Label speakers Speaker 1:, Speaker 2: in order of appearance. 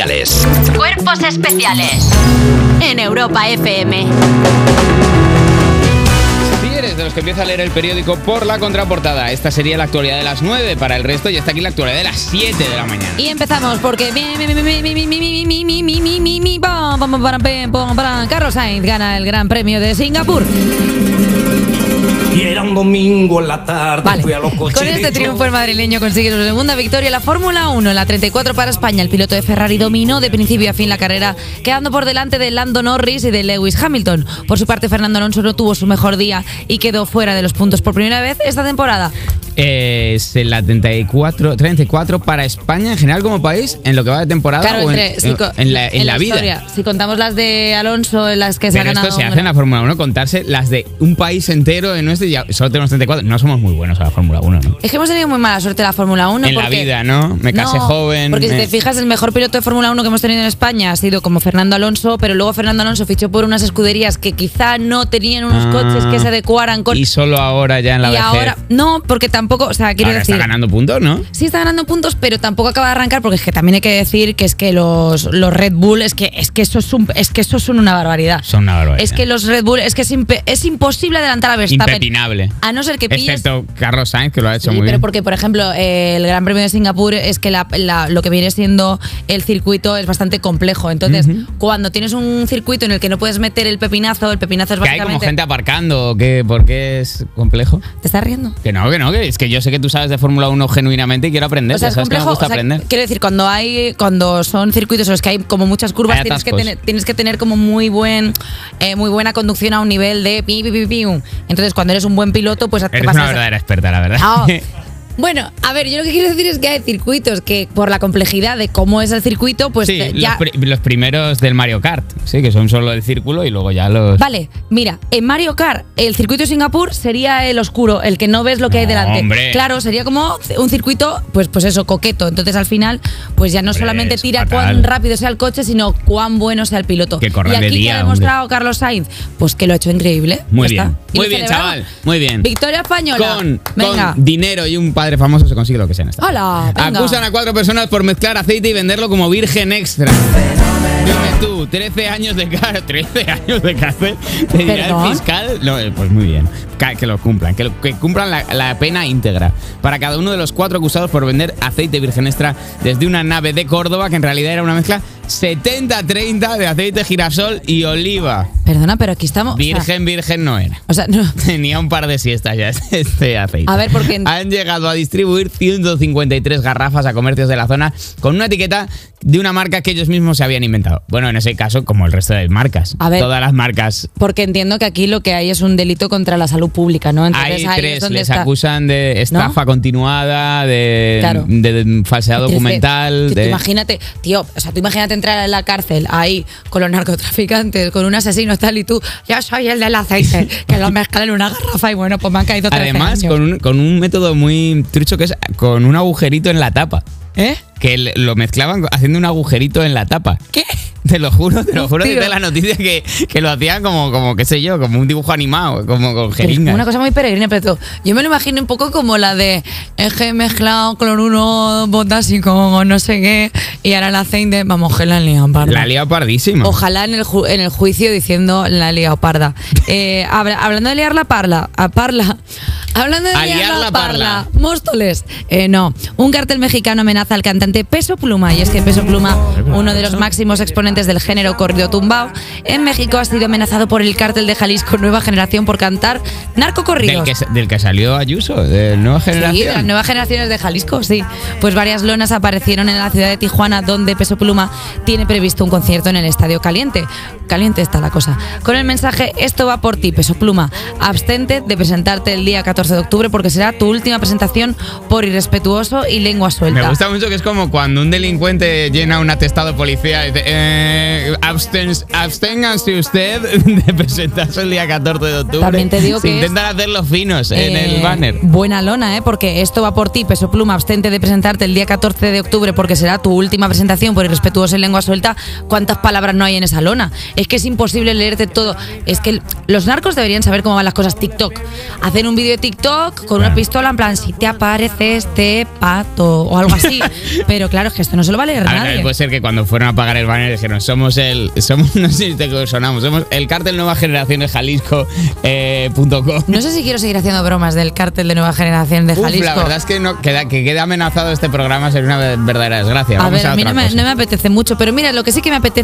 Speaker 1: Especiales.
Speaker 2: Cuerpos especiales en Europa FM.
Speaker 3: Si eres de los que empieza a leer el periódico por la contraportada, esta sería la actualidad de las 9 para el resto y está aquí la actualidad de las 7 de la mañana.
Speaker 4: Y empezamos porque mi, mi, mi, mi, mi, mi, mi, mi, mi, mi, mi, mi, mi, pom, pom, pom, param, pem, pom, param. Carlos Sainz gana el Gran Premio de Singapur.
Speaker 5: Y era un domingo en la tarde,
Speaker 4: Vale.
Speaker 5: fui a los coches.
Speaker 4: Con este triunfo el madrileño consigue su segunda victoria en la Fórmula 1, en la 34 para España. El piloto de Ferrari dominó de principio a fin la carrera, quedando por delante de Lando Norris y de Lewis Hamilton. Por su parte, Fernando Alonso no tuvo su mejor día y quedó fuera de los puntos por primera vez esta temporada.
Speaker 3: Eh, Es en la 34, 34 para España en general como país en lo que va de temporada
Speaker 4: Claro,
Speaker 3: Ah, o en, eh,
Speaker 4: entre- si co-
Speaker 3: en- en la, en la vida.
Speaker 4: historia, si contamos las de Alonso, en las que se ha
Speaker 3: Pero
Speaker 4: ganado.
Speaker 3: esto se
Speaker 4: un
Speaker 3: hace en la Fórmula 1, contarse las de un país entero en nuestro y ya solo tenemos 34. No somos muy buenos a la Fórmula 1, ¿no?
Speaker 4: Es que hemos tenido muy mala suerte en la Fórmula 1.
Speaker 3: En la
Speaker 4: porque-
Speaker 3: vida, ¿no? Me casé joven,
Speaker 4: Porque si
Speaker 3: me-
Speaker 4: te fijas, el mejor piloto de Fórmula 1 que hemos tenido en España ha sido como Fernando Alonso, pero luego Fernando Alonso fichó por unas escuderías que quizá no tenían unos
Speaker 3: Ah,
Speaker 4: coches que se adecuaran con.
Speaker 3: Y solo ahora ya en la
Speaker 4: y
Speaker 3: vejez.
Speaker 4: ahora. No, porque tampoco. O sea, quiero
Speaker 3: Ahora
Speaker 4: decir.
Speaker 3: está ganando puntos, ¿no?
Speaker 4: Sí está ganando puntos, pero tampoco acaba de arrancar porque es que también hay que decir que es que los, los Red Bull es que es que eso es, un- es que eso son una barbaridad.
Speaker 3: Son una barbaridad.
Speaker 4: Es que los Red Bull es que es, impe- es imposible adelantar a Verstappen.
Speaker 3: Impepinable.
Speaker 4: A no ser que pilles
Speaker 3: Excepto Carlos Sainz, que lo ha hecho
Speaker 4: Sí,
Speaker 3: muy
Speaker 4: pero
Speaker 3: bien.
Speaker 4: porque, por ejemplo, eh, el Gran Premio de Singapur es que la- la- lo que viene siendo el circuito es bastante complejo. Entonces, cuando tienes un circuito en el que no puedes meter el pepinazo, el pepinazo es
Speaker 3: Que hay como
Speaker 4: Pues básicamente.
Speaker 3: gente aparcando, que ¿por qué es complejo?
Speaker 4: ¿Te estás riendo?
Speaker 3: Que no, que no, que es que yo sé que tú sabes de Fórmula 1 genuinamente y quiero aprender.
Speaker 4: O sea,
Speaker 3: ya
Speaker 4: es
Speaker 3: sabes que me
Speaker 4: complejo.
Speaker 3: gusta
Speaker 4: o sea,
Speaker 3: aprender.
Speaker 4: quiero decir, cuando hay, cuando son circuitos en los que hay como muchas curvas,
Speaker 3: Hay
Speaker 4: tienes que,
Speaker 3: atascos.
Speaker 4: tener, tienes que tener como muy buen, eh, muy buena conducción a un nivel de pi, pi, pi, pi, um. Entonces, cuando eres un buen piloto, pues te
Speaker 3: Eres
Speaker 4: pasas
Speaker 3: una verdadera experta, la verdad.
Speaker 4: Ah, Bueno, a ver, yo lo que quiero decir es que hay circuitos que por la complejidad de cómo es el circuito, pues
Speaker 3: sí,
Speaker 4: eh,
Speaker 3: los,
Speaker 4: ya...
Speaker 3: pri- los primeros del Mario Kart, sí, que son solo el círculo y luego ya los.
Speaker 4: Vale, mira, en Mario Kart, el circuito de Singapur sería el oscuro, el que no ves lo que hay
Speaker 3: No,
Speaker 4: delante.
Speaker 3: hombre.
Speaker 4: Claro, sería como un circuito, pues, pues eso, coqueto. Entonces al final, pues ya no
Speaker 3: Hombre,
Speaker 4: solamente
Speaker 3: es
Speaker 4: tira
Speaker 3: fatal.
Speaker 4: cuán rápido sea el coche, sino cuán bueno sea el piloto.
Speaker 3: Que corran
Speaker 4: y
Speaker 3: de
Speaker 4: aquí
Speaker 3: día,
Speaker 4: que ha demostrado Carlos Sainz, pues que lo ha hecho increíble.
Speaker 3: Muy
Speaker 4: Ya
Speaker 3: bien.
Speaker 4: está. Y
Speaker 3: Muy
Speaker 4: lo
Speaker 3: bien,
Speaker 4: celebramos.
Speaker 3: chaval. Muy bien.
Speaker 4: Victoria española.
Speaker 3: Con,
Speaker 4: Venga.
Speaker 3: con dinero y un padre famoso se consigue lo que sea en esta.
Speaker 4: Hola, venga.
Speaker 3: Acusan a cuatro personas por mezclar aceite y venderlo como virgen extra. Dime tú, 13 años de cárcel. 13 años de cárcel. Te dirá el
Speaker 4: Perdón.
Speaker 3: fiscal. No, eh, pues muy bien. Ca- Que lo cumplan. Que, lo- que cumplan la, la pena íntegra. Para cada uno de los cuatro acusados por vender aceite virgen extra desde una nave de Córdoba, que en realidad era una mezcla 70-30 de aceite girasol y oliva.
Speaker 4: Perdona, pero aquí estamos. o sea-
Speaker 3: Virgen, virgen no era.
Speaker 4: O sea, no.
Speaker 3: Tenía un par de siestas ya este aceite.
Speaker 4: A ver, porque en-
Speaker 3: Han llegado a distribuir 153 garrafas a comercios de la zona con una etiqueta de una marca que ellos mismos se habían inventado. Bueno, en ese caso, como el resto de marcas.
Speaker 4: A ver.
Speaker 3: Todas las marcas.
Speaker 4: Porque entiendo que aquí lo que hay es un delito contra la salud pública, ¿no? Entonces ahí
Speaker 3: Hay
Speaker 4: es
Speaker 3: tres,
Speaker 4: donde
Speaker 3: les
Speaker 4: está.
Speaker 3: acusan de estafa
Speaker 4: ¿No?
Speaker 3: continuada, de,
Speaker 4: Claro.
Speaker 3: de, de falsedad
Speaker 4: Trece.
Speaker 3: documental.
Speaker 4: Tú- tú
Speaker 3: de-
Speaker 4: Imagínate, tío, o sea, tú imagínate entrar a la cárcel ahí con los narcotraficantes, con un asesino tal y tú, yo soy el del aceite, que lo mezclan en una garrafa y bueno, pues me han caído 13
Speaker 3: Además,
Speaker 4: años.
Speaker 3: con un, con un método muy trucho que es con un agujerito en la tapa.
Speaker 4: ¿Eh?
Speaker 3: Que le- lo mezclaban haciendo un agujerito en la tapa.
Speaker 4: ¿Qué?
Speaker 3: Te lo juro, te lo juro,
Speaker 4: Tío.
Speaker 3: desde la noticia que, que lo hacían como, como, qué sé yo, como un dibujo animado, como con
Speaker 4: Pero es como
Speaker 3: jeringas.
Speaker 4: una cosa muy peregrina, pero tú- yo me lo imagino un poco como la de es que he mezclado cloruro potásico o no sé qué y ahora el aceite, vamos, que la han liado, parda.
Speaker 3: La liado pardísima.
Speaker 4: Ojalá en el, ju- en el juicio diciendo la he liado parda. Eh, habla- hablando de liar la parla, a parla. Hablando de
Speaker 3: A
Speaker 4: liar,
Speaker 3: liar
Speaker 4: la,
Speaker 3: la parla.
Speaker 4: parla. Móstoles. Eh, no. Un cartel mexicano amenaza al cantante Peso Pluma. Y es que Peso Pluma, uno de los máximos exponentes del género corrido tumbao, en México ha sido amenazado por el cártel de Jalisco Nueva Generación por cantar
Speaker 3: Del
Speaker 4: narcocorridos.
Speaker 3: que, sa- del que salió Ayuso, de Nueva Generación.
Speaker 4: Sí, de las nuevas generaciones de Jalisco, sí. Pues varias lonas aparecieron en la ciudad de Tijuana, donde Peso Pluma tiene previsto un concierto en el Estadio Caliente. Caliente está la cosa. Con el mensaje, esto va por ti, Peso Pluma. Abstente de presentarte el día 14 de octubre porque será tu última presentación por irrespetuoso y lengua suelta.
Speaker 3: Me gusta mucho que es como cuando un delincuente llena un atestado policía y dice, eh, abstens- absténganse usted de presentarse el día 14 de octubre.
Speaker 4: También te digo
Speaker 3: Se
Speaker 4: que es-
Speaker 3: Intentan hacerlos finos en
Speaker 4: Eh,
Speaker 3: el banner.
Speaker 4: Buena lona, ¿eh? Porque esto va por ti, peso pluma, abstente de presentarte el día 14 de octubre porque será tu última presentación por irrespetuoso en lengua suelta. ¿Cuántas palabras no hay en esa lona? Es que es imposible leerte todo. Es que el- los narcos deberían saber cómo van las cosas. TikTok. Hacen un vídeo de TikTok con
Speaker 3: Claro.
Speaker 4: una pistola en plan, si te aparece este pato o algo así. Pero claro, es que esto no se lo va a leer
Speaker 3: A ver,
Speaker 4: nadie.
Speaker 3: puede ser que cuando fueron a pagar el banner dijeron, somos el, somos, no sé si te sonamos, somos el cártel Nueva Generación de Jalisco eh, punto com.
Speaker 4: No sé si quiero seguir haciendo bromas del cártel de nueva generación de
Speaker 3: Uf,
Speaker 4: Jalisco.
Speaker 3: la verdad es que, no, queda, que queda amenazado este programa ser una verdadera desgracia.
Speaker 4: a
Speaker 3: Vamos
Speaker 4: ver, a mí
Speaker 3: otra
Speaker 4: no me,
Speaker 3: cosa.
Speaker 4: no me apetece mucho, pero mira, lo que sí que me apetece